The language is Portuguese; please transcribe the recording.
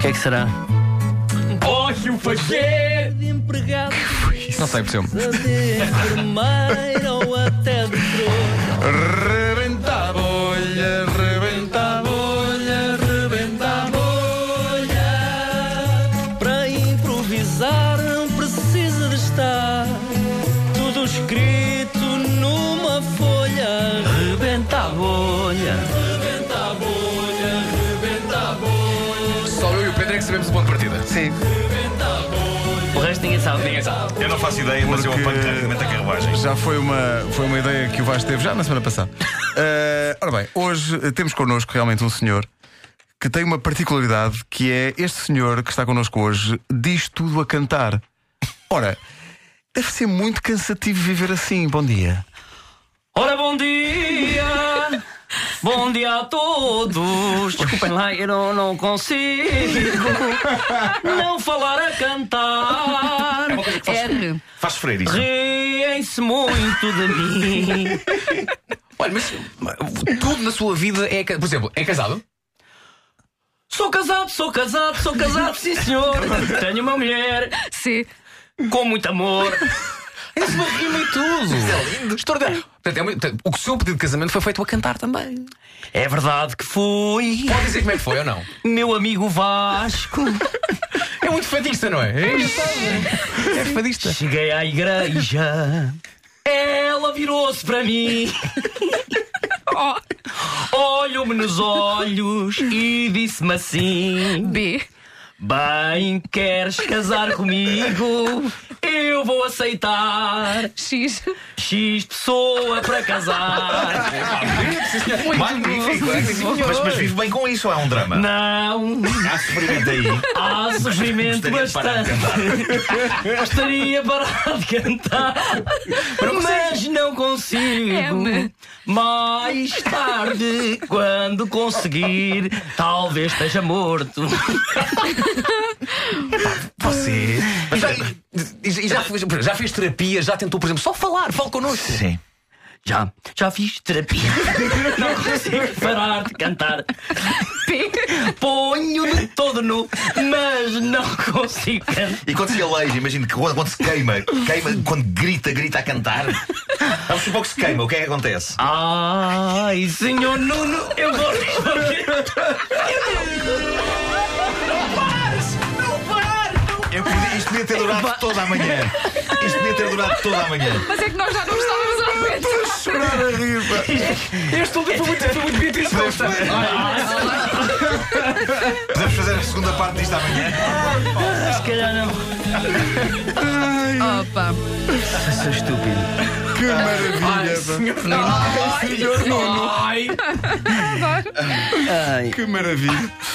que é que será? Hoje o fazer de empregado, Não sei, percebo. de enfermeira ou até de flor. Rebenta a bolha, rebenta a bolha, rebenta a bolha. Para improvisar não precisa de estar tudo escrito numa folha. Rebenta a bolha. Só eu e o Pedro é que sabemos o ponto de partida. Sim. O resto ninguém sabe. Ninguém sabe. Eu não faço ideia, mas eu Porque- apanho claramente a carruagem. Já foi uma, foi uma ideia que o Vasco teve já na semana passada. Eh, ora bem, hoje eh, temos connosco realmente um senhor que tem uma particularidade que é este senhor que está connosco hoje diz tudo a cantar. Ora, deve ser muito cansativo viver assim. Bom dia. Ora, bom dia! Bom dia a todos! Desculpem lá, eu não, não consigo não falar a cantar. R. Faz sofrer isso. Riem-se muito de mim. Olha, mas mas tudo na sua vida é. ca- Por exemplo, é casado? Sou casado, sou casado, sou casado, sim senhor. Tenho uma mulher C. com muito amor. Isso me rima e tudo. Isso é lindo. Extraordinário. Portanto, é muito- portanto, o seu pedido de casamento foi feito a cantar também. É verdade que fui Pode dizer como é que foi ou não? meu amigo Vasco. É muito fadista, não é? É engraçado. É fadista. Cheguei à igreja. Ela virou-se para mim. Olhou-me nos olhos e disse-me assim: B. Bem, queres casar comigo? Eu vou aceitar X. X pessoa para casar. Magnífico, mas, mas vive bem com isso, ou é um drama. Não, Há sofrimento aí. há sofrimento Gostaria de parar de bastante. Gostaria parar de cantar, mas não consigo. M. Mais tarde, quando conseguir, talvez esteja morto. Você. E já, e- e já, fez- já fez terapia, já tentou, por exemplo, só falar, fala connosco. Sim. Já, já fiz terapia. Não consigo parar de cantar. P. Ponho-me todo nu, mas não consigo cantar. E quando se aleija, imagino que quando, quando se queima, queima, quando grita, grita a cantar. Vamos supor que se queima, o que é que acontece? Ai, senhor Nuno, eu vou responder. Eu podia- isto podia ter durado toda a manhã. Isto podia ter durado toda a manhã. Mas é que nós já não estávamos a aguentar. Chorar a riba. Este último foi muito, foi muito Beatriz Costa. Podemos fazer a segunda parte disto amanhã. Se calhar não. Opa. Sou estúpido. Que maravilha. pá. Ai, senhor Nuno. Que maravilha.